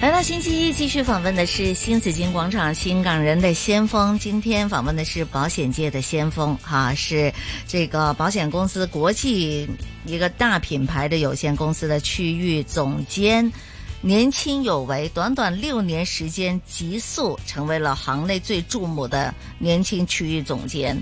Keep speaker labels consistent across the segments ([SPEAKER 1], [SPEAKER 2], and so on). [SPEAKER 1] 来到星期一，继续访问的是新紫金广场新港人的先锋。今天访问的是保险界的先锋，哈、是这个保险公司国际一个大品牌的有限公司的区域总监。年轻有为，短短六年时间，急速成为了行内最注目的年轻区域總監。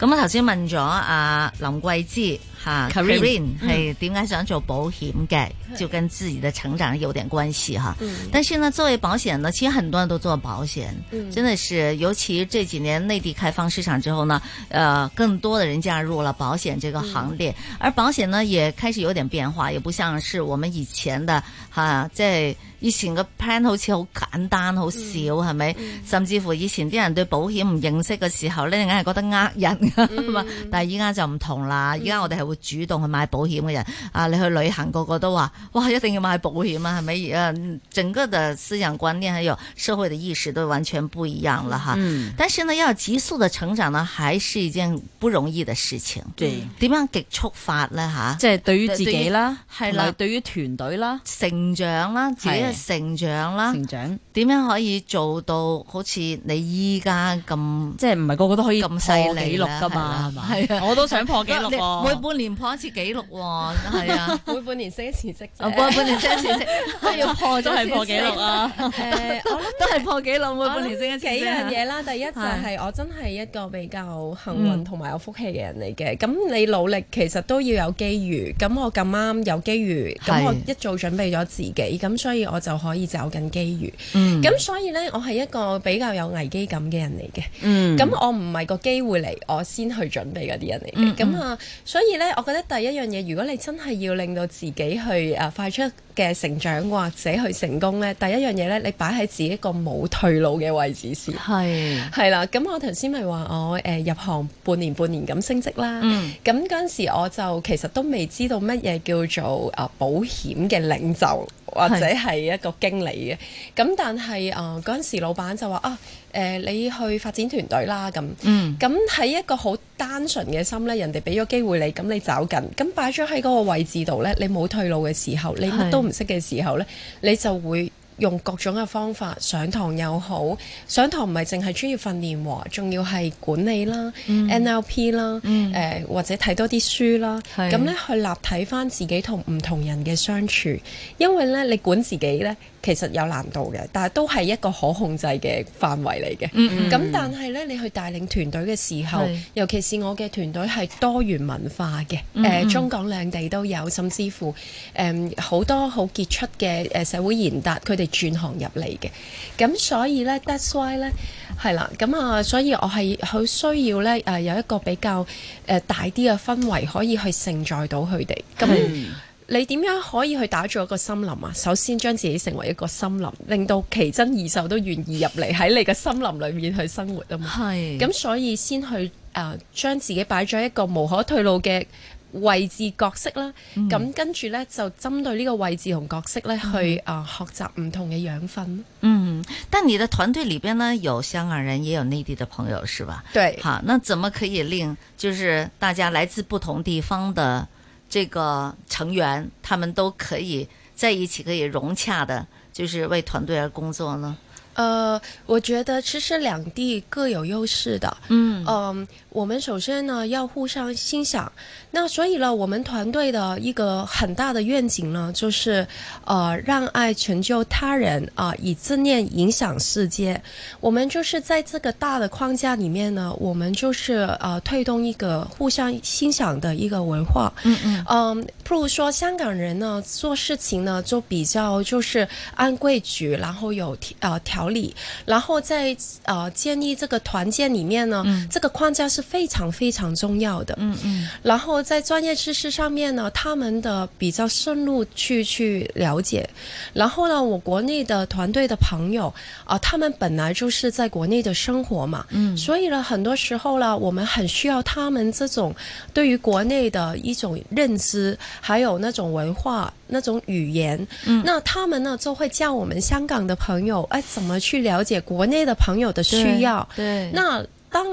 [SPEAKER 1] 咁啊，頭先問咗阿林桂芝吓
[SPEAKER 2] Karen
[SPEAKER 1] ，Karen
[SPEAKER 2] 嗯
[SPEAKER 1] 係點解想做保險嘅，就跟自己的成長有點關係哈。
[SPEAKER 2] 嗯
[SPEAKER 1] 但是呢，作为保险呢，其实很多人都做保险，
[SPEAKER 2] 嗯
[SPEAKER 1] 真的是，尤其这几年内地开放市场之后呢，呃，更多的人加入了保险这个行列，而保险呢也开始有点变化，也不像是我们以前的吓，即系以前嘅 plan 好似好簡單，好少係咪？甚至乎以前啲人對保險唔認識嘅時候呢，硬係覺得呃人㗎嘛。但係依家就唔同啦，依家我哋係會主動去買保險嘅人。啊，你去旅行個個都話，哇，一定要買保險啊，係咪？呃，整個的思想觀念還有社會的意識都完全不一樣了哈。
[SPEAKER 2] 嗯，
[SPEAKER 1] 但是呢，要急速的成長呢，還是一件不容易的事情。
[SPEAKER 2] 對，
[SPEAKER 1] 點樣極速法呢？吓？
[SPEAKER 2] 即係對於自己啦，
[SPEAKER 1] 對對於係
[SPEAKER 2] 同
[SPEAKER 1] 啦
[SPEAKER 2] 埋對於團隊啦，
[SPEAKER 1] 成長啦，自己嘅
[SPEAKER 2] 係
[SPEAKER 1] 成長啦，
[SPEAKER 2] 成長，
[SPEAKER 1] 點樣可以做到好似你依家咁？
[SPEAKER 2] 即係唔係個個都可以
[SPEAKER 1] 咁
[SPEAKER 2] 破
[SPEAKER 1] 犀利
[SPEAKER 2] 紀
[SPEAKER 1] 啦
[SPEAKER 2] 錄㗎嘛？
[SPEAKER 1] 係啦
[SPEAKER 2] 係
[SPEAKER 1] 係啊
[SPEAKER 2] 嘛？我都想破紀錄啊
[SPEAKER 1] 你每
[SPEAKER 2] 喎。
[SPEAKER 1] 半年破一次紀錄喎，係啊，
[SPEAKER 3] 每半年升一次職啫。
[SPEAKER 1] 啊
[SPEAKER 3] 啊
[SPEAKER 1] 半半年 升一 次息，要破咗
[SPEAKER 2] 都係破紀
[SPEAKER 1] 先
[SPEAKER 2] 錄啊！
[SPEAKER 3] 誒，我 諗
[SPEAKER 1] 都係破紀錄，每
[SPEAKER 3] 我
[SPEAKER 1] 半年升一
[SPEAKER 3] 諗
[SPEAKER 1] 次
[SPEAKER 3] 幾
[SPEAKER 1] 息啊
[SPEAKER 3] 樣嘢啦。第一就係我真係一個比較幸
[SPEAKER 1] 嗯
[SPEAKER 3] 運同埋有福氣嘅人嚟嘅。咁你努力其實都要有機遇。咁我咁啱有機遇，咁
[SPEAKER 1] 係
[SPEAKER 3] 我一早準備咗自己，咁所以我就可以走緊機遇。
[SPEAKER 1] 嗯
[SPEAKER 3] 咁所以呢，我係一個比較有危機感嘅人嚟嘅。
[SPEAKER 2] 嗯
[SPEAKER 3] 咁我唔係個機會嚟，我先去準備嗰啲人嚟嘅。咁啊、所以呢，我覺得第一樣嘢，如果你真係要令到自己去啊快速嘅成長或者去成功呢，第一樣嘢呢，你擺喺自己一個冇退路嘅位置先。
[SPEAKER 1] 係
[SPEAKER 3] 係啦，咁我頭先咪話我誒、呃入行半年半年咁升職啦，
[SPEAKER 1] 嗯
[SPEAKER 3] 咁嗰陣時我就其實都未知道乜嘢叫做啊、保險嘅領袖或者係一個經理嘅，咁但係啊嗰陣時老闆就話啊誒、呃你去發展團隊啦咁。
[SPEAKER 1] 嗯
[SPEAKER 3] 咁喺一個好單純嘅心咧，人哋俾咗機會你，咁你找緊，咁擺咗喺嗰個位置度咧，你冇退路嘅時候，你乜
[SPEAKER 1] 係
[SPEAKER 3] 都唔識嘅時候咧，你就會用各種嘅方法，上堂又好，上堂唔係淨係專業訓練喎，仲要係管理啦、NLP 啦、
[SPEAKER 1] 嗯
[SPEAKER 3] 誒或者睇多啲書啦，
[SPEAKER 1] 係
[SPEAKER 3] 咁咧去立體翻自己同唔同人嘅相處，因為咧你管自己咧其實有難度嘅，但係都係一個可控制嘅範圍嚟嘅。
[SPEAKER 1] 嗯
[SPEAKER 3] 咁但係咧，你去帶領團隊嘅時候
[SPEAKER 1] 係，
[SPEAKER 3] 尤其是我嘅團隊係多元文化嘅，誒、
[SPEAKER 1] 嗯嗯
[SPEAKER 3] 中港兩地都有，甚至乎誒好、多好傑出嘅誒社會賢達，佢哋轉行入嚟嘅。咁所以咧，that's why 咧係啦，咁啊，所以我係好需要咧誒、有一個比較誒、大啲嘅氛圍，可以去承載到佢哋咁。
[SPEAKER 1] 嗯
[SPEAKER 3] 你點樣可以去打造一個森林啊？首先將自己成為一個森林，令到奇珍異獸都願意入嚟喺你嘅森林裏面去生活啊嘛。
[SPEAKER 1] 係
[SPEAKER 3] 咁所以先去誒、呃、將自己擺咗一個無可退路嘅位置角色啦。咁、跟住呢，就針對呢個位置同角色呢，去誒、呃、學習唔同嘅養分。
[SPEAKER 1] 嗯，但你的团队里边呢，有香港人，也有内地的朋友，是吧？
[SPEAKER 3] 對
[SPEAKER 1] 好，那怎么可以令就是大家来自不同地方的这个成员，他们都可以在一起，可以融洽的，就是为团队而工作呢？
[SPEAKER 3] 呃，我覺得其實兩地各有優勢的。
[SPEAKER 1] 嗯
[SPEAKER 3] 嗯，我们首先呢要互相欣赏。那所以呢，我们团队的一个很大的愿景呢，就是呃，让爱成就他人啊、以正念影响世界。我们就是在这个大的框架里面呢，我们就是呃推动一个互相欣赏的一个文化。
[SPEAKER 1] 嗯嗯
[SPEAKER 3] 嗯，譬如说香港人呢，做事情呢就比较就是按规矩，然后有条呃条条理。然后在呃建立这个团建里面呢，
[SPEAKER 1] 嗯
[SPEAKER 3] 这个框架是非常非常重要的。嗯嗯。然后在专业知识上面呢，他们的比较深入去去了解。然后呢，我国内的团队的朋友啊、他们本来就是在国内的生活嘛，嗯，所以呢，很多时候呢，我们很需要他们这种对于国内的一种认知，还有那种文化、那种语言。嗯，那他们呢就会教我们香港的朋友，哎，怎么去了解国内的朋友的需要。
[SPEAKER 1] 对，
[SPEAKER 3] 那当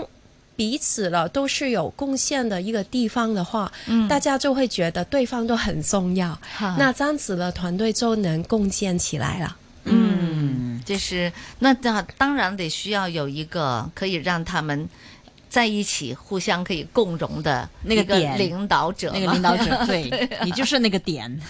[SPEAKER 3] 彼此了都是有贡献的一个地方的话，嗯，啊大家就会觉得对方都很重要。
[SPEAKER 1] 好
[SPEAKER 3] 那这样子呢，团队就能共建起来了。
[SPEAKER 1] 嗯，就是那当当然得需要有一个可以让他们在一起互相可以共荣的
[SPEAKER 2] 那个
[SPEAKER 1] 一个
[SPEAKER 2] 点
[SPEAKER 1] 领导者
[SPEAKER 2] 那个
[SPEAKER 1] 嘛
[SPEAKER 2] 领导者，对你就是那个点，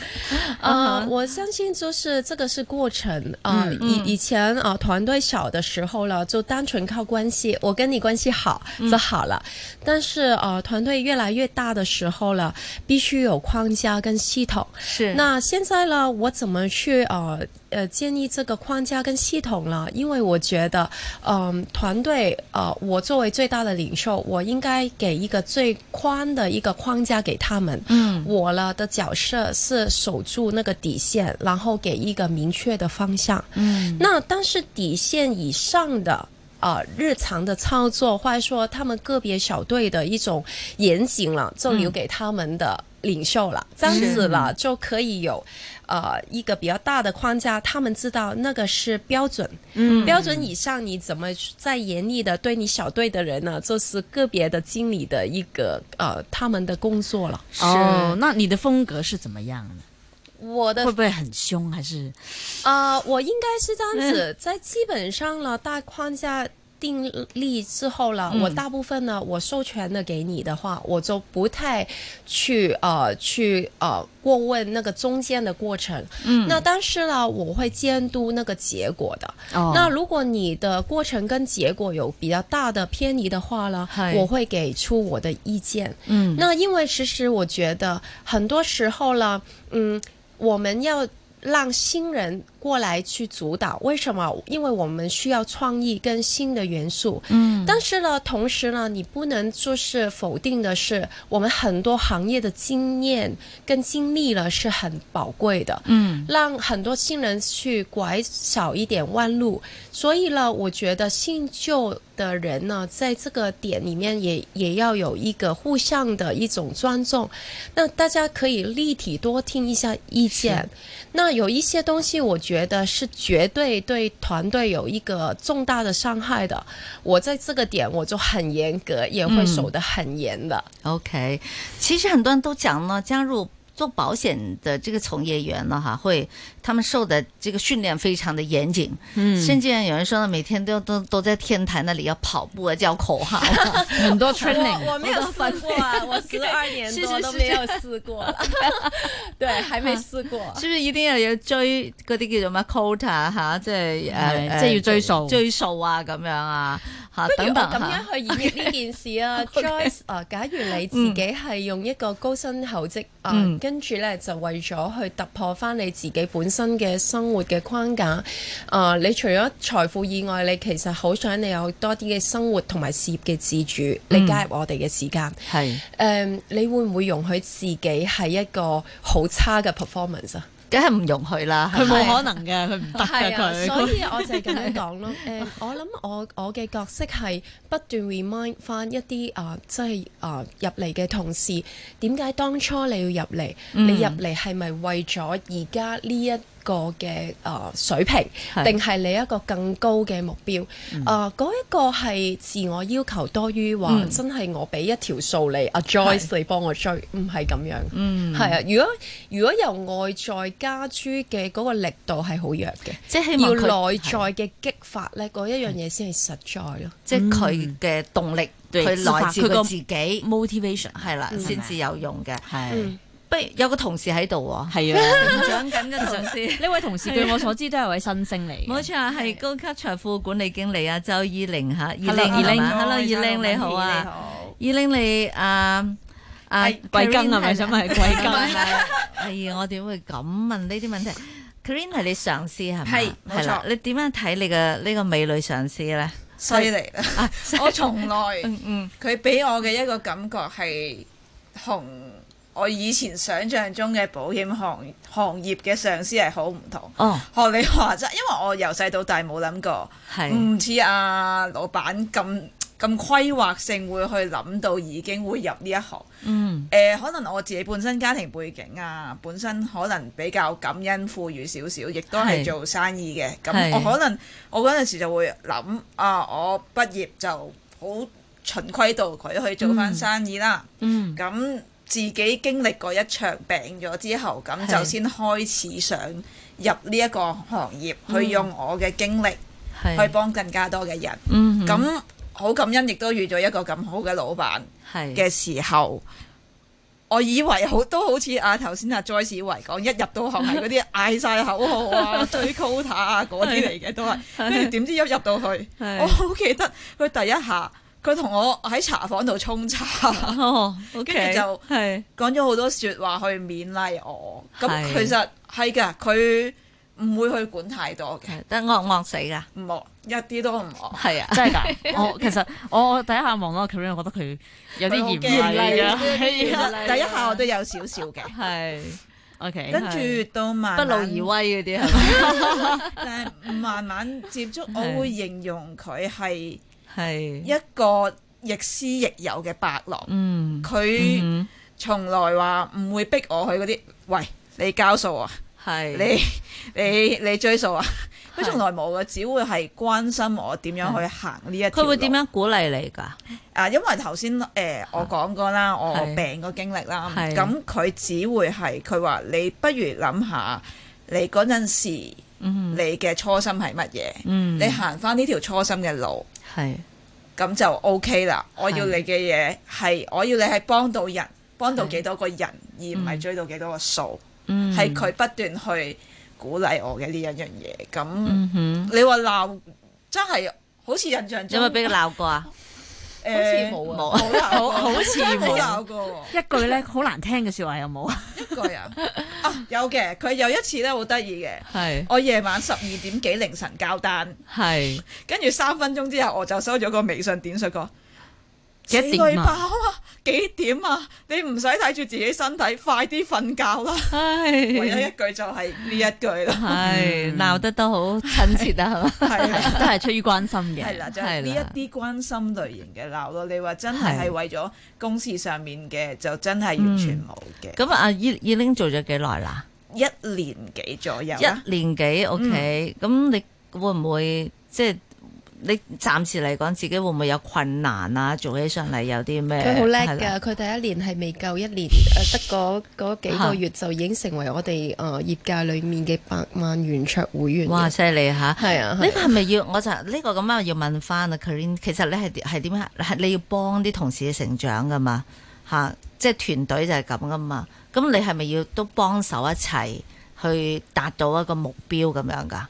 [SPEAKER 3] 啊、我相信就是这个是过程啊。以、以前啊、团队小的时候了，就单纯靠关系，我跟你关系好就好了。但是啊、团队越来越大的时候了，必须有框架跟系统。
[SPEAKER 1] 是
[SPEAKER 3] 那现在呢，我怎么去呃呃建立这个框架跟系统呃呢？因为我觉得，嗯、团队呃，我作为最大的领袖，我应该给一个最宽的一个框架给他们。嗯，我呢的角色是守住那个底线，然后给一个明确的方向。嗯，那但是底线以上的。啊，日常的操作，或者说他们个别小队的一种严谨了，就留给他们的领袖了，这样子了就可以有，呃，一个比较大的框架，他们知道那个是标准，嗯，标准以上你怎么再严厉的对你小队的人呢？就是个别的经理的一个呃他们的工作了。
[SPEAKER 2] 哦，那你的风格是怎么样的？
[SPEAKER 3] 我的
[SPEAKER 2] 会不会很凶？还是
[SPEAKER 3] 呃，我应该是这样子，在基本上了大框架定立之后了，我大部分呢，我授权的给你的话，我就不太去呃去呃过问那个中间的过程。嗯，那但是呢，我会监督那个结果的。
[SPEAKER 2] 哦
[SPEAKER 3] 那如果你的过程跟结果有比较大的偏离的话呢
[SPEAKER 1] 嗨，
[SPEAKER 3] 我会给出我的意见。嗯，那因为其实我觉得很多时候呢，嗯，我们要。让新人过来去主导，为什么？因为我们需要创意跟新的元素。嗯，但是呢，同时呢，你不能就是否定的是，我们很多行业的经验跟经历了是很宝贵的。嗯，让很多新人去拐少一点弯路。所以呢，我觉得新旧的人呢，在这个点里面也也要有一个互相的一种尊重。那大家可以立体多听一下意见。那有一些东西，我觉得是绝对对团队有一个重大的伤害的。我在这个点我就很严格，也会守得很严的。
[SPEAKER 1] OK，其实很多人都讲呢，加入做保险的这个从业员呢，哈，会他们受的这个训练非常的严谨，嗯，甚至有人说呢，每天都都都在天台那里要跑步啊，叫口 号，
[SPEAKER 2] 很多 training？
[SPEAKER 3] 我没有试过啊，我十二年
[SPEAKER 1] 是是
[SPEAKER 3] 多都
[SPEAKER 1] 是
[SPEAKER 3] 没有试过了，对，还没试过。
[SPEAKER 1] 是不是一定要有追嗰啲叫做咩 quota 吓，即係
[SPEAKER 2] 係
[SPEAKER 1] 誒
[SPEAKER 2] 即係要追數
[SPEAKER 1] 追數啊咁樣啊吓
[SPEAKER 3] 不如
[SPEAKER 1] 等
[SPEAKER 3] 我
[SPEAKER 1] 等
[SPEAKER 3] 咁
[SPEAKER 1] 吓。
[SPEAKER 3] 樣去演繹呢件事啊，Joyce 啊，假如你自己係用一個高薪厚職啊
[SPEAKER 1] 嗯，
[SPEAKER 3] 跟住咧就為咗去突破翻你自己本身嘅生活嘅框架，啊，你除咗財富以外，你其實好想你有多啲嘅生活同埋事業嘅自主，你加入我哋嘅時間。
[SPEAKER 1] 係，
[SPEAKER 3] 誒、你會唔會容許自己係一個好差嘅 performance 啊？
[SPEAKER 1] 梗係唔容許啦，
[SPEAKER 2] 佢
[SPEAKER 1] 係咪
[SPEAKER 2] 冇可能嘅，佢唔得
[SPEAKER 3] 係
[SPEAKER 2] 嘅
[SPEAKER 3] 啊，所
[SPEAKER 2] 佢。
[SPEAKER 3] 以我就係咁樣講咯。誒，我諗我我嘅角色係不斷 remind 翻一啲啊，即係啊入嚟嘅同事，點解當初你要入嚟？你入嚟係咪為咗而家呢一個嘅啊水平，
[SPEAKER 1] 係
[SPEAKER 3] 定係你一個更高嘅目標？啊，嗰一個係自我要求多於話真係我俾一條數你，阿 Joyce 你幫我追，唔係咁樣。嗯，係啊。如果如果由外在加諸嘅嗰個力度係好弱嘅。
[SPEAKER 1] 即係希
[SPEAKER 3] 要
[SPEAKER 1] 望佢，
[SPEAKER 3] 內在嘅激發咧，嗰一樣嘢先係實在咯。
[SPEAKER 1] 即係佢嘅動力，
[SPEAKER 2] 對
[SPEAKER 1] 佢來自
[SPEAKER 2] 嗯佢個
[SPEAKER 1] 佢自己
[SPEAKER 2] motivation
[SPEAKER 1] 係啦，先至有用嘅。嗯
[SPEAKER 2] 係
[SPEAKER 1] 不如有個同事喺度喎，
[SPEAKER 2] 係啊。
[SPEAKER 1] 成長緊嘅 同事。
[SPEAKER 2] 呢位同事據我所知都係位新星嚟
[SPEAKER 1] 冇
[SPEAKER 2] 嘅，
[SPEAKER 1] 錯啊，係高級財富管理經理啊，周依玲嚇，依
[SPEAKER 2] Hello，
[SPEAKER 1] 玲
[SPEAKER 2] 依玲
[SPEAKER 1] 係嘛，Hello 依玲你好啊，依玲你啊啊
[SPEAKER 2] 貴庚係咪想問係
[SPEAKER 1] 唔
[SPEAKER 2] 貴
[SPEAKER 1] 係唔啊
[SPEAKER 2] 庚？
[SPEAKER 1] 係哎呀，我點會咁問呢啲問題？ Green 係你上司係咪？
[SPEAKER 4] 係冇
[SPEAKER 1] 係啦
[SPEAKER 4] 錯
[SPEAKER 1] 你點樣睇你嘅呢個美女上司咧？
[SPEAKER 4] 犀利 啦！我從來
[SPEAKER 1] 嗯嗯，
[SPEAKER 4] 佢俾我嘅一個感覺係同我以前想象中嘅保險行行業嘅上司係好唔同。
[SPEAKER 1] 哦，
[SPEAKER 4] 學你話齋，因為我由細到大冇諗過，
[SPEAKER 1] 係
[SPEAKER 4] 唔似阿老闆咁咁規劃性會去諗到已經會入呢一行。
[SPEAKER 1] 嗯。
[SPEAKER 4] 誒、可能我自己本身家庭背景啊，本身可能比較感恩富裕少少，亦都
[SPEAKER 1] 係
[SPEAKER 4] 係做生意嘅。咁
[SPEAKER 1] 係
[SPEAKER 4] 我可能我嗰陣時就會諗啊，我畢業就好循規蹈矩去做翻生意啦。
[SPEAKER 1] 嗯
[SPEAKER 4] 咁、自己經歷過一場病咗之後，咁
[SPEAKER 1] 係
[SPEAKER 4] 就先開始想入呢一個行業，
[SPEAKER 1] 嗯
[SPEAKER 4] 去用我嘅經歷去
[SPEAKER 1] 係，
[SPEAKER 4] 幫更加多嘅人。
[SPEAKER 1] 嗯，
[SPEAKER 4] 咁好、感恩，亦都遇咗一個咁好嘅老闆。
[SPEAKER 1] 係
[SPEAKER 4] 嘅時候，我以為好都好似啊頭先啊 Joyce 以為講，一入到行係嗰啲嗌晒口號啊、追 quota 啊嗰啲嚟嘅都係，跟住點知一入到去，
[SPEAKER 1] 係
[SPEAKER 4] 我好記得佢第一下，佢同我喺茶房度沖茶，
[SPEAKER 1] 哦，OK，
[SPEAKER 4] 跟住就
[SPEAKER 1] 係
[SPEAKER 4] 講咗好多説話去勉勵我。咁
[SPEAKER 1] 係
[SPEAKER 4] 其實係㗎，佢唔會去管太多嘅，
[SPEAKER 1] 係得惡惡死㗎，
[SPEAKER 4] 唔惡一啲都唔惡。
[SPEAKER 1] 係啊，
[SPEAKER 2] 真係㗎！我其實我我第一下望到 Karen，我覺得佢有
[SPEAKER 4] 佢好
[SPEAKER 2] 啲嚴
[SPEAKER 4] 驚
[SPEAKER 2] 厲啊，
[SPEAKER 4] 其
[SPEAKER 2] 係啊
[SPEAKER 4] 實第一下我都有少少嘅，
[SPEAKER 2] 係 OK，
[SPEAKER 4] 跟住到慢
[SPEAKER 1] 不勞
[SPEAKER 4] 慢
[SPEAKER 1] 而威嗰啲係咪？
[SPEAKER 4] 但係慢慢接觸，
[SPEAKER 1] 係
[SPEAKER 4] 我會形容佢係一
[SPEAKER 1] 係，
[SPEAKER 4] 個亦師亦友嘅白狼。
[SPEAKER 1] 嗯，
[SPEAKER 4] 佢
[SPEAKER 1] 嗯
[SPEAKER 4] 從來話唔會逼我去嗰啲，喂，你交數啊，
[SPEAKER 1] 係
[SPEAKER 4] 你你你追數啊，佢
[SPEAKER 1] 係
[SPEAKER 4] 從來冇嘅，只會係關心我點樣去行呢一條
[SPEAKER 1] 佢
[SPEAKER 4] 路
[SPEAKER 1] 會點樣鼓勵你㗎？
[SPEAKER 4] 啊，因為頭先誒我講過啦，我
[SPEAKER 1] 係
[SPEAKER 4] 病個經歷啦，
[SPEAKER 1] 係
[SPEAKER 4] 咁佢只會係佢話你不如諗下你嗰陣時
[SPEAKER 1] 嗯
[SPEAKER 4] 你嘅初心係乜嘢？
[SPEAKER 1] 嗯，
[SPEAKER 4] 你行翻呢條初心嘅路，
[SPEAKER 1] 係
[SPEAKER 4] 咁就 O K 啦。我要你嘅嘢係，我要你係幫到人，幫到
[SPEAKER 1] 係
[SPEAKER 4] 幾多個人，而唔係追到幾多個數。
[SPEAKER 1] 嗯
[SPEAKER 4] 係佢、不斷去鼓勵我嘅呢一樣嘢。咁、
[SPEAKER 1] 嗯哼，
[SPEAKER 4] 你話鬧真係好似印象
[SPEAKER 1] 你有冇
[SPEAKER 4] 中，
[SPEAKER 1] 俾佢鬧過啊？
[SPEAKER 4] 誒
[SPEAKER 3] 好似冇啊
[SPEAKER 1] 冇啊，
[SPEAKER 4] 冇鬧過，
[SPEAKER 2] 好好似
[SPEAKER 4] 真係
[SPEAKER 2] 冇
[SPEAKER 4] 冇鬧過
[SPEAKER 2] 一句咧好難聽嘅説話有冇啊？
[SPEAKER 4] 一個人啊，有嘅。佢有一次咧好得意嘅，
[SPEAKER 1] 係
[SPEAKER 4] 我夜晚十二點幾凌晨交單。
[SPEAKER 1] 係
[SPEAKER 4] 跟住三分鐘之後，我就收咗個微信短信個。
[SPEAKER 2] 幾
[SPEAKER 4] 死
[SPEAKER 2] 點啊
[SPEAKER 4] 女爆啊！幾點啊？你唔使睇住自己身體，快啲瞓覺啦！唯一一
[SPEAKER 1] 係
[SPEAKER 4] 句就係呢一句啦，
[SPEAKER 1] 係鬧得都好親切啊， 係嘛？
[SPEAKER 4] 係啦，
[SPEAKER 2] 都係出於關心嘅，
[SPEAKER 4] 係啦，就係呢一啲關心類型嘅鬧咯。你話真係
[SPEAKER 1] 係
[SPEAKER 4] 係為咗公事上面嘅，就真係完全冇嘅。
[SPEAKER 1] 咁啊，依依玲做咗幾耐啦？
[SPEAKER 4] 一年幾左右啦，
[SPEAKER 1] 一年幾 OK，咁、你會唔會即係你暫時嚟講自己會唔會有困難啊？做起上嚟有啲咩？
[SPEAKER 3] 佢好叻
[SPEAKER 1] 係
[SPEAKER 3] 㗎，
[SPEAKER 1] 啦，
[SPEAKER 3] 佢第一年係未夠一年，誒得嗰嗰幾個月就已經成為我哋誒、呃、業界裡面嘅百萬圓桌會員嘅。
[SPEAKER 1] 哇！犀利吓！
[SPEAKER 3] 係啊，
[SPEAKER 1] 呢個係咪要我就呢、個咁啱要問翻啊 k a r i n 其實你係點係點樣？係你要幫啲同事成長噶嘛嚇、即係團隊就係咁噶嘛。咁你係咪要都幫手一齊去達到一個目標咁樣噶？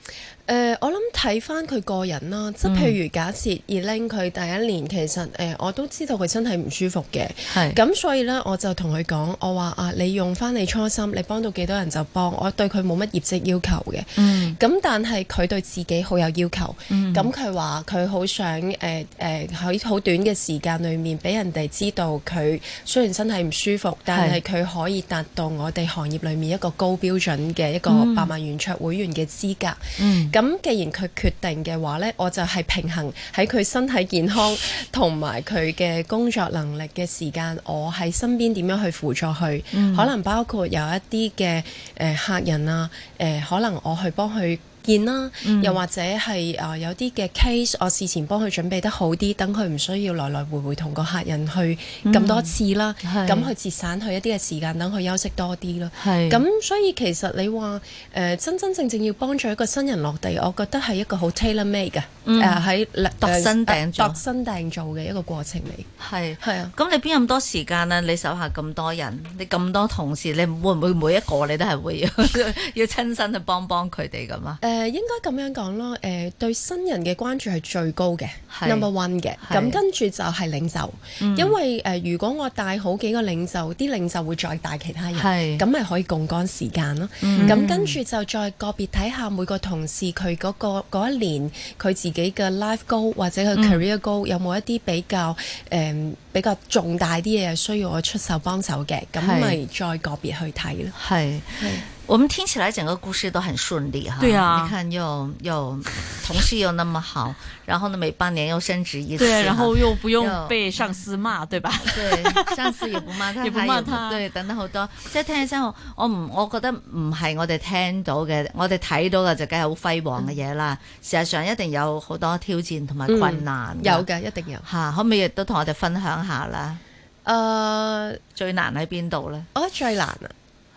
[SPEAKER 3] 誒、呃我諗睇翻佢個人
[SPEAKER 1] 嗯
[SPEAKER 3] 啦，即係譬如假設 Elaine 佢第一年其實誒、呃我都知道佢身體唔舒服嘅，
[SPEAKER 1] 係
[SPEAKER 3] 咁所以呢，我就同佢講，我話啊，你用翻你初心，你幫到幾多人就幫，我對佢冇乜業績要求嘅。
[SPEAKER 1] 嗯
[SPEAKER 3] 咁但係佢對自己好有要求，
[SPEAKER 1] 嗯
[SPEAKER 3] 咁佢話佢好想誒誒喺好短嘅時間裏面俾人哋知道佢雖然身體唔舒服，但係佢可以達到我哋行業裏面一個高標準嘅一個
[SPEAKER 1] 嗯
[SPEAKER 3] 百萬圓桌會員嘅資格。
[SPEAKER 1] 嗯
[SPEAKER 3] 咁既然佢決定嘅話呢，我就係平衡喺佢身體健康同埋佢嘅工作能力嘅時間，我喺身邊點樣去輔助佢？
[SPEAKER 1] 嗯
[SPEAKER 3] 可能包括有一啲嘅誒客人啊，誒、可能我去幫佢。見啦，
[SPEAKER 1] 嗯
[SPEAKER 3] 又或者係誒、呃有啲嘅 case，我事前幫佢準備得好啲，等佢唔需要來來回回同個客人去咁多次啦，
[SPEAKER 1] 嗯係
[SPEAKER 3] 咁去節省佢一啲嘅時間，等佢休息多啲啦。
[SPEAKER 1] 係
[SPEAKER 3] 咁所以其實你話誒、呃真真正正要幫助一個新人落地，我覺得係一個好 tailor made 嘅
[SPEAKER 1] 嗯
[SPEAKER 3] 誒喺
[SPEAKER 1] 度身訂造
[SPEAKER 3] 呃度身訂造嘅一個過程嚟。
[SPEAKER 1] 係。
[SPEAKER 3] 係啊，
[SPEAKER 1] 咁你邊有咁多時間啊？你手下咁多人，你 咁多同事，你會唔會每一個你都係會要要親身去幫幫佢哋咁啊？
[SPEAKER 3] 誒、誒呃應該咁樣講咯，誒、呃對新人嘅關注係最高嘅
[SPEAKER 1] 係
[SPEAKER 3] ，number one 嘅。
[SPEAKER 1] 係嗯
[SPEAKER 3] 咁跟住就係領袖，因為誒、呃如果我帶好幾個領袖，啲領袖會再帶其他
[SPEAKER 1] 係嗯
[SPEAKER 3] 人，咁咪可以共幹時間咯。咁、跟住就再個別睇下每個同事佢嗰、個嗰一年佢自己嘅 life goal 或者佢
[SPEAKER 1] 嗯
[SPEAKER 3] career goal、有冇一啲比較誒、呃比較重大啲嘢需要我出手幫手嘅，咁
[SPEAKER 1] 係
[SPEAKER 3] 咪再個別去睇咯。
[SPEAKER 1] 系，我们听起来整个故事都很顺利哈。
[SPEAKER 2] 对啊
[SPEAKER 1] 你看又又同事又那么 好，然后呢每半年又升职一次哈，
[SPEAKER 2] 对，然 后又不
[SPEAKER 1] 又
[SPEAKER 2] 用被上司骂，對吧？
[SPEAKER 1] 对上司也不骂他，
[SPEAKER 2] 也不
[SPEAKER 1] 他
[SPEAKER 2] 罵他
[SPEAKER 1] 對等等好多。即係聽起身，我我唔我覺得唔係我哋聽到嘅，我哋睇到嘅就梗係好輝煌嘅嘢啦。
[SPEAKER 2] 嗯
[SPEAKER 1] 事實上一定有好多挑戰同埋困難㗎。
[SPEAKER 3] 有嘅，一定有。誒、
[SPEAKER 1] 吓，可唔可以亦都同我哋分享下啦？最難喺邊度咧？
[SPEAKER 3] 呃我覺得最難啊！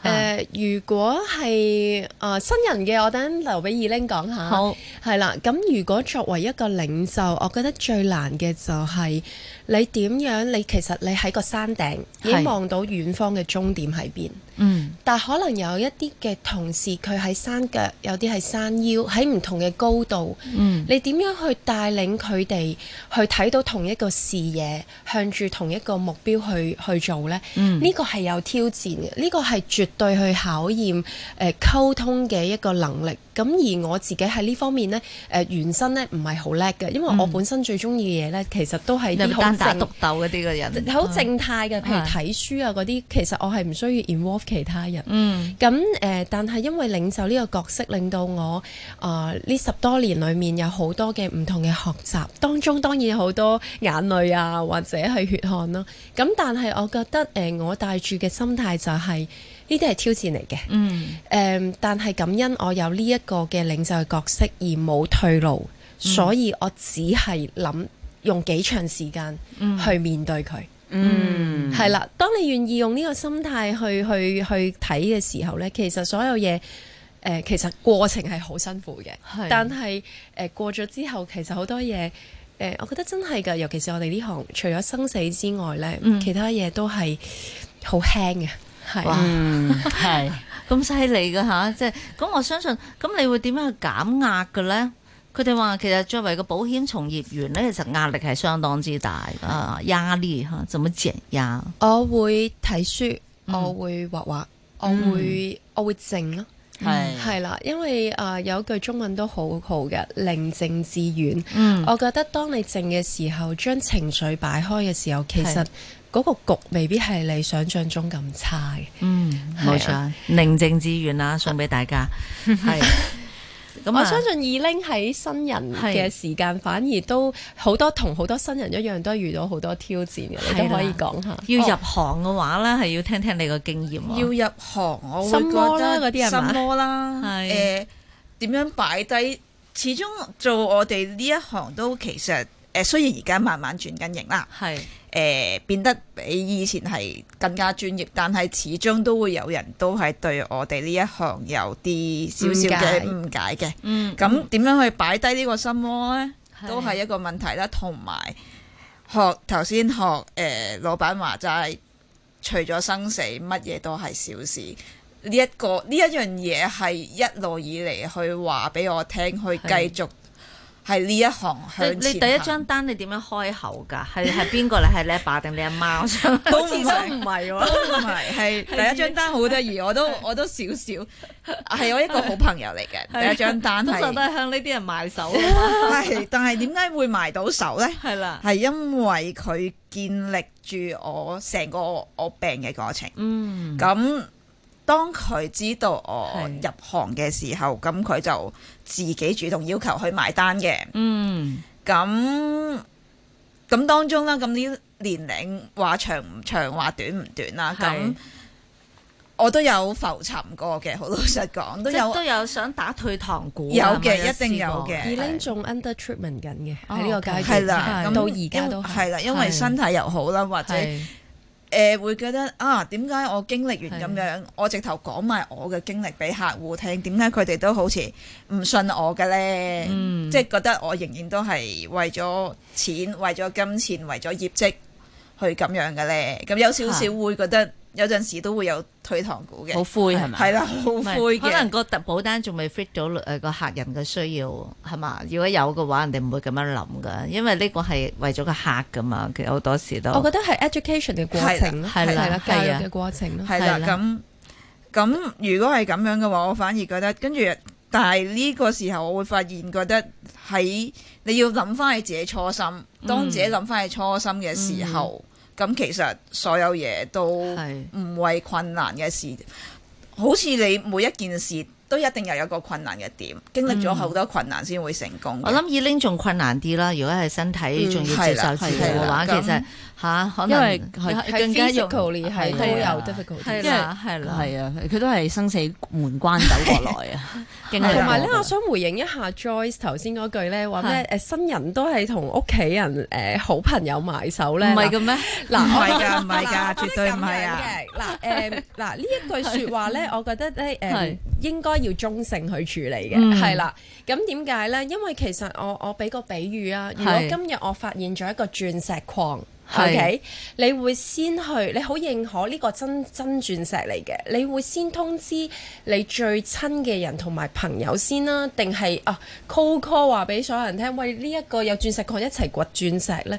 [SPEAKER 3] 誒、
[SPEAKER 1] 嚇
[SPEAKER 3] 如果係誒、呃新人嘅，我等留俾二玲講下。
[SPEAKER 1] 好，
[SPEAKER 3] 係啦，咁如果作為一個領袖，我覺得最難嘅就係你點樣，你其實你喺個山頂已經
[SPEAKER 1] 係
[SPEAKER 3] 望到遠方嘅終點喺邊。
[SPEAKER 1] 嗯，
[SPEAKER 3] 但可能有一啲嘅同事佢喺山腳，有啲係山腰，喺唔同嘅高度，
[SPEAKER 1] 嗯
[SPEAKER 3] 你點樣去帶領佢哋去睇到同一個視野，向住同一個目標去去做呢？
[SPEAKER 1] 嗯
[SPEAKER 3] 呢個係有挑戰嘅，呢個係絕對去考驗誒、呃、溝通嘅一個能力。咁而我自己喺呢方面呢，誒、呃原身呢唔係好叻嘅，因為我本身最中意嘅嘢呢，其實都係
[SPEAKER 1] 嗯你
[SPEAKER 3] 啲
[SPEAKER 1] 係咪
[SPEAKER 3] 好
[SPEAKER 1] 單打
[SPEAKER 3] 正
[SPEAKER 1] 獨啊鬥嗰啲嘅人，
[SPEAKER 3] 好靜態嘅，譬如
[SPEAKER 1] 啊
[SPEAKER 3] 睇書啊嗰啲，其實我係唔需要 involve 其他人。
[SPEAKER 1] 嗯
[SPEAKER 3] 咁誒、呃但係因為領袖呢個角色，令到我啊呢、十多年裏面有好多嘅唔同嘅學習，當中當然有好多眼淚啊，或者係血汗啦、咁但係我覺得誒、呃我帶住嘅心態就係呢啲係挑戰嚟嘅。
[SPEAKER 1] 嗯
[SPEAKER 3] 誒、但係感恩我有呢一個嘅領袖嘅角色而冇退路，
[SPEAKER 1] 嗯
[SPEAKER 3] 所以我只係諗用幾長時間去面對佢。
[SPEAKER 2] 嗯，
[SPEAKER 3] 係啦，當你願意用呢個心態去去去睇嘅時候呢，其實所有嘢。誒、其實過程係好辛苦嘅
[SPEAKER 1] 係，
[SPEAKER 3] 但係誒、過咗之後，其實好多嘢誒、呃我覺得真係㗎，尤其是我哋呢行，除咗生死之外呢，其他嘢都係好輕嘅，係。
[SPEAKER 1] 哇
[SPEAKER 2] 嗯，係。
[SPEAKER 1] 咁犀利嘅吓，即係咁我相信，咁你會點樣去減壓嘅咧？佢哋話其實作為個保險從業員咧，其實壓力係相當之大啊，壓力吓，怎麼減壓？
[SPEAKER 3] 我會睇書，
[SPEAKER 1] 嗯
[SPEAKER 3] 我會畫畫，
[SPEAKER 2] 嗯
[SPEAKER 3] 我會我會靜咯，
[SPEAKER 2] 係
[SPEAKER 3] 係啦，因為啊、呃有一句中文都好好嘅，寧靜致遠。
[SPEAKER 1] 嗯
[SPEAKER 3] 我覺得當你靜嘅時候，將情緒擺開嘅時候，其實嗰個局未必係你想象中咁差嘅。
[SPEAKER 1] 嗯，
[SPEAKER 3] 係啊
[SPEAKER 1] 冇錯，寧靜致遠啊，送俾大 家係。咁
[SPEAKER 3] 我
[SPEAKER 1] 啊，
[SPEAKER 3] 相信二拎喺新人
[SPEAKER 1] 係
[SPEAKER 3] 嘅時間，反而都好多同好多新人一樣，都遇到好多挑戰嘅，你
[SPEAKER 1] 係
[SPEAKER 3] 都
[SPEAKER 1] 啦
[SPEAKER 3] 可以講下。哦
[SPEAKER 1] 要入行嘅話咧，係要聽聽你個經驗啊喎。
[SPEAKER 4] 要入行，我會
[SPEAKER 3] 心魔啦
[SPEAKER 4] 覺得
[SPEAKER 3] 嗰啲係嘛
[SPEAKER 4] 心魔啦，
[SPEAKER 1] 係
[SPEAKER 4] 誒點樣擺低？始終做我哋呢一行都其實誒、呃，雖然而家慢慢轉緊型啦，
[SPEAKER 1] 係
[SPEAKER 4] 誒、變得比以前係更加專業，但係始終都會有人都係對我哋呢一行有啲少少嘅誤解嘅。
[SPEAKER 1] 嗯
[SPEAKER 4] 咁點樣去擺低呢個心魔呢？
[SPEAKER 1] 係
[SPEAKER 4] 都係一個問題啦。同埋學頭先學誒、呃老闆話齋，除咗生死，乜嘢都係小事。呢、一個呢一樣嘢係一路以嚟去話俾我聽，去
[SPEAKER 1] 係
[SPEAKER 4] 繼續係呢一行
[SPEAKER 1] 你
[SPEAKER 4] 向前
[SPEAKER 1] 你第一
[SPEAKER 4] 行
[SPEAKER 1] 張單你點樣開口㗎？係係邊個咧？係你阿爸定你阿媽？我想
[SPEAKER 4] 都唔係
[SPEAKER 1] 係喎。
[SPEAKER 4] 哦都唔 係，係第一張單好得意，我都我都少少，係我一個好朋友嚟嘅。第一張單
[SPEAKER 1] 啊通常都
[SPEAKER 4] 係
[SPEAKER 1] 係向呢啲人賣 手，
[SPEAKER 4] 係，但係點解會埋到手呢？
[SPEAKER 1] 係啦，
[SPEAKER 4] 係因為佢建立住我成個我病嘅過程。
[SPEAKER 1] 嗯，
[SPEAKER 4] 咁當佢知道我
[SPEAKER 1] 係
[SPEAKER 4] 入行嘅時候，咁佢就自己主動要求去埋單嘅。
[SPEAKER 1] 嗯，
[SPEAKER 4] 咁咁當中啦，咁呢年齡話長唔長，話短唔短啦。咁
[SPEAKER 1] 係
[SPEAKER 4] 我都有浮沉過嘅，好老實講，都
[SPEAKER 1] 即
[SPEAKER 4] 有
[SPEAKER 1] 係都啊有想打退堂鼓㗎，
[SPEAKER 4] 有
[SPEAKER 1] 係咪
[SPEAKER 4] 嘅，一定有
[SPEAKER 3] 二
[SPEAKER 4] 嘅。
[SPEAKER 3] 拎仲 under treatment 緊嘅
[SPEAKER 1] 哦
[SPEAKER 3] 喺呢個階段，
[SPEAKER 4] 係啦，咁
[SPEAKER 3] 到而家都係
[SPEAKER 4] 係啦，因為
[SPEAKER 1] 係
[SPEAKER 4] 身體又好啦，或
[SPEAKER 1] 試
[SPEAKER 4] 者
[SPEAKER 1] 過。
[SPEAKER 4] 誒、
[SPEAKER 1] 係
[SPEAKER 4] 呃、會覺得啊，點解我經歷完咁
[SPEAKER 1] 係
[SPEAKER 4] 樣，我直頭講埋我嘅經歷俾客戶聽，點解佢哋都好似唔信我嘅咧？
[SPEAKER 1] 嗯
[SPEAKER 4] 即係覺得我仍然都係為咗錢、為咗金錢、為咗業績去咁樣嘅咧。咁有少少會覺得有陣時都會有退堂鼓嘅，
[SPEAKER 2] 好灰係咪
[SPEAKER 4] 係啦，好
[SPEAKER 1] 唔係
[SPEAKER 4] 灰
[SPEAKER 1] 可能
[SPEAKER 4] 嘅。
[SPEAKER 1] 個特保單仲未 fit 到誒個客人嘅需要係嘛？如果有嘅話，人哋唔會咁樣諗噶，因為呢個係為咗個客噶嘛。其實好多時都
[SPEAKER 3] 我覺得係 education 嘅過程咯，
[SPEAKER 1] 係啦係啦
[SPEAKER 3] 係啦，
[SPEAKER 1] 係
[SPEAKER 3] 教
[SPEAKER 1] 啊
[SPEAKER 3] 育嘅過程咯。
[SPEAKER 4] 係啦，
[SPEAKER 1] 係啦
[SPEAKER 4] 咁咁如果係咁樣嘅話，我反而覺得跟住，但係呢個時候我會發現覺得喺你要諗翻起自己初心，
[SPEAKER 3] 嗯
[SPEAKER 4] 當自己諗翻起初心嘅時候，咁、其實所有嘢都
[SPEAKER 1] 係
[SPEAKER 4] 唔為困難嘅事，好似你每一件事都一定又有個困難嘅點，經歷
[SPEAKER 3] 嗯
[SPEAKER 4] 咗好多困難先會成功嘅。
[SPEAKER 1] 我諗耳拎仲困難啲啦，如果係身體仲要接受治療嘅話，
[SPEAKER 4] 嗯嗯係啦係
[SPEAKER 1] 其
[SPEAKER 4] 啦
[SPEAKER 1] 實吓可
[SPEAKER 2] 因
[SPEAKER 1] 能
[SPEAKER 2] 為係
[SPEAKER 3] 係
[SPEAKER 1] 更加容
[SPEAKER 3] physically 係都
[SPEAKER 1] 係
[SPEAKER 3] 有
[SPEAKER 1] 啊
[SPEAKER 3] difficult。
[SPEAKER 1] 係
[SPEAKER 2] 因為
[SPEAKER 1] 啦係啦，
[SPEAKER 2] 係啊，佢都係生死門關走過來啊，經歷過
[SPEAKER 3] 同埋咧，我想回應一下 Joyce 頭先嗰句咧，話咩誒新人都係同屋企人誒好朋友埋手咧，
[SPEAKER 1] 唔係嘅咩？
[SPEAKER 3] 嗱
[SPEAKER 4] 唔
[SPEAKER 3] 我
[SPEAKER 4] 係啊㗎，唔係
[SPEAKER 3] 嗱
[SPEAKER 4] 㗎，絕對唔係啊！。
[SPEAKER 3] 我覺得咁樣嘅嗱誒嗱呢一句説話咧，我覺得咧誒
[SPEAKER 2] 係
[SPEAKER 3] 應該要中性去處理嘅，
[SPEAKER 1] 嗯
[SPEAKER 3] 係啦。咁點解咧？因為其實我我俾個比喻啊，如果
[SPEAKER 1] 係
[SPEAKER 3] 今日我發現咗一個鑽石礦。
[SPEAKER 1] 係
[SPEAKER 3] OK，你會先去，你好認可呢個真真鑽石嚟嘅，你會先通知你最親嘅人同埋朋友先啦，定係啊 call call 話俾所有人聽，喂呢一、個有鑽石礦一齊掘鑽石呢？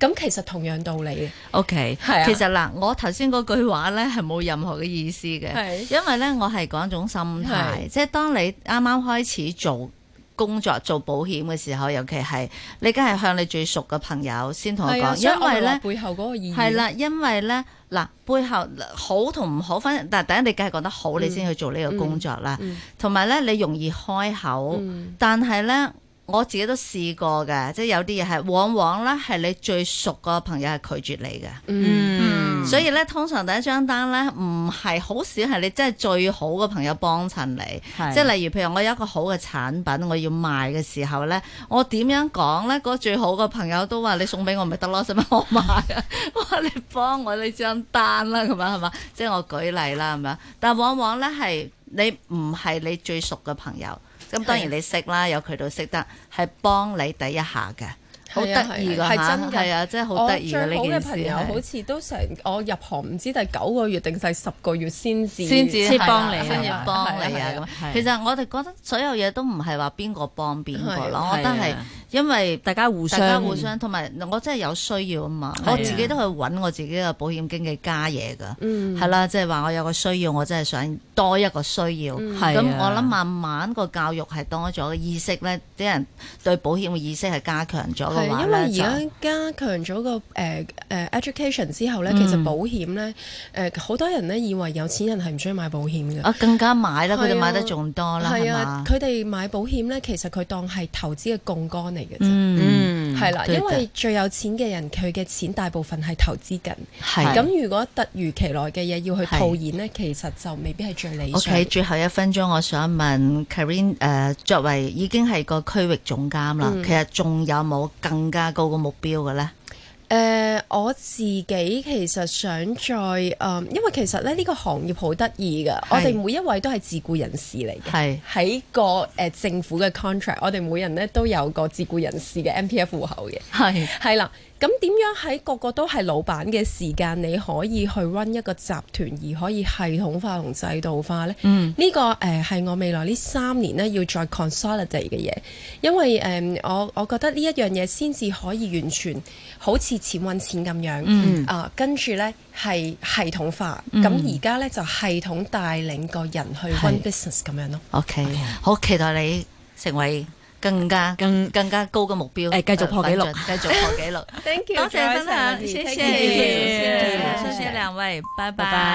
[SPEAKER 3] 咁其實同樣道理嘅。
[SPEAKER 1] OK，
[SPEAKER 3] 係啊
[SPEAKER 1] 其實嗱，我頭先嗰句話咧係冇任何嘅意思嘅，
[SPEAKER 3] 係
[SPEAKER 1] 因為咧我係講一種心態，
[SPEAKER 3] 係
[SPEAKER 1] 即係當你啱啱開始做。工作做保險嘅時候，尤其係你梗係向你最熟嘅朋友先同佢
[SPEAKER 3] 係啊
[SPEAKER 1] 講，
[SPEAKER 3] 所以
[SPEAKER 1] 因
[SPEAKER 3] 我咪
[SPEAKER 1] 為
[SPEAKER 3] 話
[SPEAKER 1] 咧
[SPEAKER 3] 背後嗰個意義
[SPEAKER 1] 係，啦，因為咧嗱，背後好同唔好分，但係第一你梗係講得好，
[SPEAKER 3] 嗯
[SPEAKER 1] 你先去做呢個工作啦。同埋咧，你容易開口，
[SPEAKER 3] 嗯
[SPEAKER 1] 但係咧。我自己都試過嘅，即係有啲嘢係往往咧係你最熟個朋友係拒絕你嘅，
[SPEAKER 3] 嗯，
[SPEAKER 4] 嗯
[SPEAKER 1] 所以咧通常第一張單咧唔係好少係你真係最好嘅朋友幫襯你，
[SPEAKER 2] 係
[SPEAKER 1] 即係例如譬如我有一個好嘅產品我要賣嘅時候咧，我點樣講咧？嗰最好嘅朋友都話你送俾我咪得咯，使乜我買啊？ 我話你幫我呢張單啦，咁樣係嘛？即係我舉例啦，咁樣。但往往咧係你唔係你最熟嘅朋友，咁當然你識啦，有佢都識得，係幫你第一下嘅，好得意㗎
[SPEAKER 3] 係
[SPEAKER 1] 嚇
[SPEAKER 3] 真㗎
[SPEAKER 1] 係啊，真係好
[SPEAKER 3] 我
[SPEAKER 1] 得意嘅
[SPEAKER 3] 最
[SPEAKER 1] 呢
[SPEAKER 3] 好
[SPEAKER 1] 件
[SPEAKER 3] 嘅
[SPEAKER 1] 事
[SPEAKER 3] 朋友
[SPEAKER 1] 係
[SPEAKER 3] 好似都成我入行唔知第九個月定第十個月先至
[SPEAKER 1] 先至
[SPEAKER 2] 先
[SPEAKER 1] 係
[SPEAKER 2] 幫
[SPEAKER 1] 啦
[SPEAKER 2] 你
[SPEAKER 1] 先至
[SPEAKER 2] 啊
[SPEAKER 1] 幫
[SPEAKER 3] 係啊
[SPEAKER 1] 你啊
[SPEAKER 3] 係啊
[SPEAKER 1] 咁。
[SPEAKER 2] 係
[SPEAKER 1] 其實我哋覺得所有嘢都唔係話邊個幫邊個
[SPEAKER 3] 係
[SPEAKER 1] 咯，我覺得
[SPEAKER 2] 係
[SPEAKER 1] 係
[SPEAKER 2] 啊
[SPEAKER 1] 因為
[SPEAKER 2] 大家互
[SPEAKER 1] 大
[SPEAKER 2] 相
[SPEAKER 1] 家互相，同埋我真係有需要啊嘛，
[SPEAKER 2] 係啊
[SPEAKER 1] 我自己都去揾我自己嘅保險經紀加嘢噶，
[SPEAKER 3] 嗯
[SPEAKER 1] 係啦，即係話我有個需要，我真係想多一個需要。
[SPEAKER 2] 係
[SPEAKER 1] 咁
[SPEAKER 2] 啊
[SPEAKER 1] 我諗慢慢個教育係多咗，嘅意識咧，啲人對保險嘅意識係加強咗嘅
[SPEAKER 3] 係
[SPEAKER 1] 話
[SPEAKER 3] 因為
[SPEAKER 1] 咧，
[SPEAKER 3] 而
[SPEAKER 1] 就
[SPEAKER 3] 家加強咗個誒誒 education 之後咧，
[SPEAKER 1] 嗯
[SPEAKER 3] 其實保險咧誒好多人咧以為有錢人係唔需要買保險嘅。
[SPEAKER 1] 啊更加買啦，佢
[SPEAKER 3] 係
[SPEAKER 1] 哋
[SPEAKER 3] 啊
[SPEAKER 1] 買得仲多啦，係
[SPEAKER 3] 係啊
[SPEAKER 1] 嘛，？
[SPEAKER 3] 佢哋買保險咧，其實佢當係投資嘅槓桿嚟嘅啫。
[SPEAKER 1] 嗯，
[SPEAKER 2] 嗯，
[SPEAKER 3] 係啦，
[SPEAKER 1] 對
[SPEAKER 3] 因
[SPEAKER 1] 嘅
[SPEAKER 3] 為最有錢嘅人，佢嘅錢大部分係投資緊。
[SPEAKER 1] 係
[SPEAKER 3] 咁如果突如其來嘅嘢要去
[SPEAKER 1] 係
[SPEAKER 3] 套現咧，其實就未必係最理
[SPEAKER 1] O、
[SPEAKER 3] 想
[SPEAKER 1] k 最後一分鐘，我想問 Karen 誒、作為已經係個區域總監啦，
[SPEAKER 2] 嗯
[SPEAKER 1] 其實仲有冇更加高嘅目標嘅咧？
[SPEAKER 3] 誒、我自己其實想再誒、嗯因為其實咧呢、呢個行業好得意㗎，我哋每一位都係自僱人士嚟嘅。
[SPEAKER 1] 係
[SPEAKER 3] 喺個誒、呃政府嘅 contract，我哋每人咧都有個自僱人士嘅 M P F 戶口嘅，
[SPEAKER 1] 係
[SPEAKER 3] 係啦。咁點樣喺個個都係老闆嘅時間，你可以去 run 一個集團，而可以系統化同制度化呢？
[SPEAKER 1] 嗯
[SPEAKER 3] 呢、個誒係、我未來呢三年咧要再 consolidate 嘅嘢，因為誒、嗯我我覺得呢一樣嘢先至可以完全好似錢揾錢咁樣，
[SPEAKER 1] 嗯
[SPEAKER 3] 啊跟住呢係系統化，咁而家呢就系統帶領個人去
[SPEAKER 1] 係
[SPEAKER 3] run business 咁樣咯。
[SPEAKER 1] OK，好期待你成為更加
[SPEAKER 2] 更
[SPEAKER 1] 更加高嘅目標，呃
[SPEAKER 2] 誒繼續破紀錄
[SPEAKER 1] 奮進繼續破 紀錄。
[SPEAKER 3] Thank
[SPEAKER 1] 多謝分享，謝謝，謝謝，謝謝兩位，拜
[SPEAKER 2] 拜拜